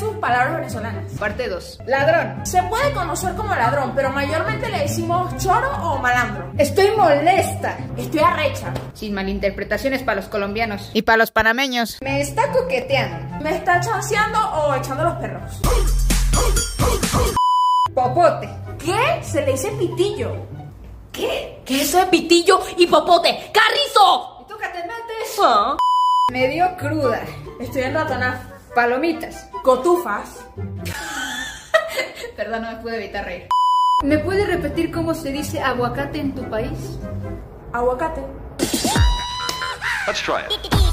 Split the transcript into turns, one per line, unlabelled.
con palabras venezolanas.
Parte 2.
Ladrón.
Se puede conocer como ladrón, pero mayormente le decimos choro o malandro.
Estoy molesta.
Estoy arrecha.
Sin malinterpretaciones para los colombianos.
Y para los panameños.
Me está coqueteando.
Me está chanceando o echando los perros.
Popote.
¿Qué? Se le dice pitillo.
¿Qué? ¿Qué es eso de pitillo y popote? ¡Carrizo!
¿Y tú qué te metes?
Oh.
Ah.
Me dio cruda.
Estoy en ratanaf.
Palomitas.
Cotufas.
Perdón, no me pude evitar reír.
¿Me puedes repetir cómo se dice aguacate en tu país?
Aguacate.
Let's try it.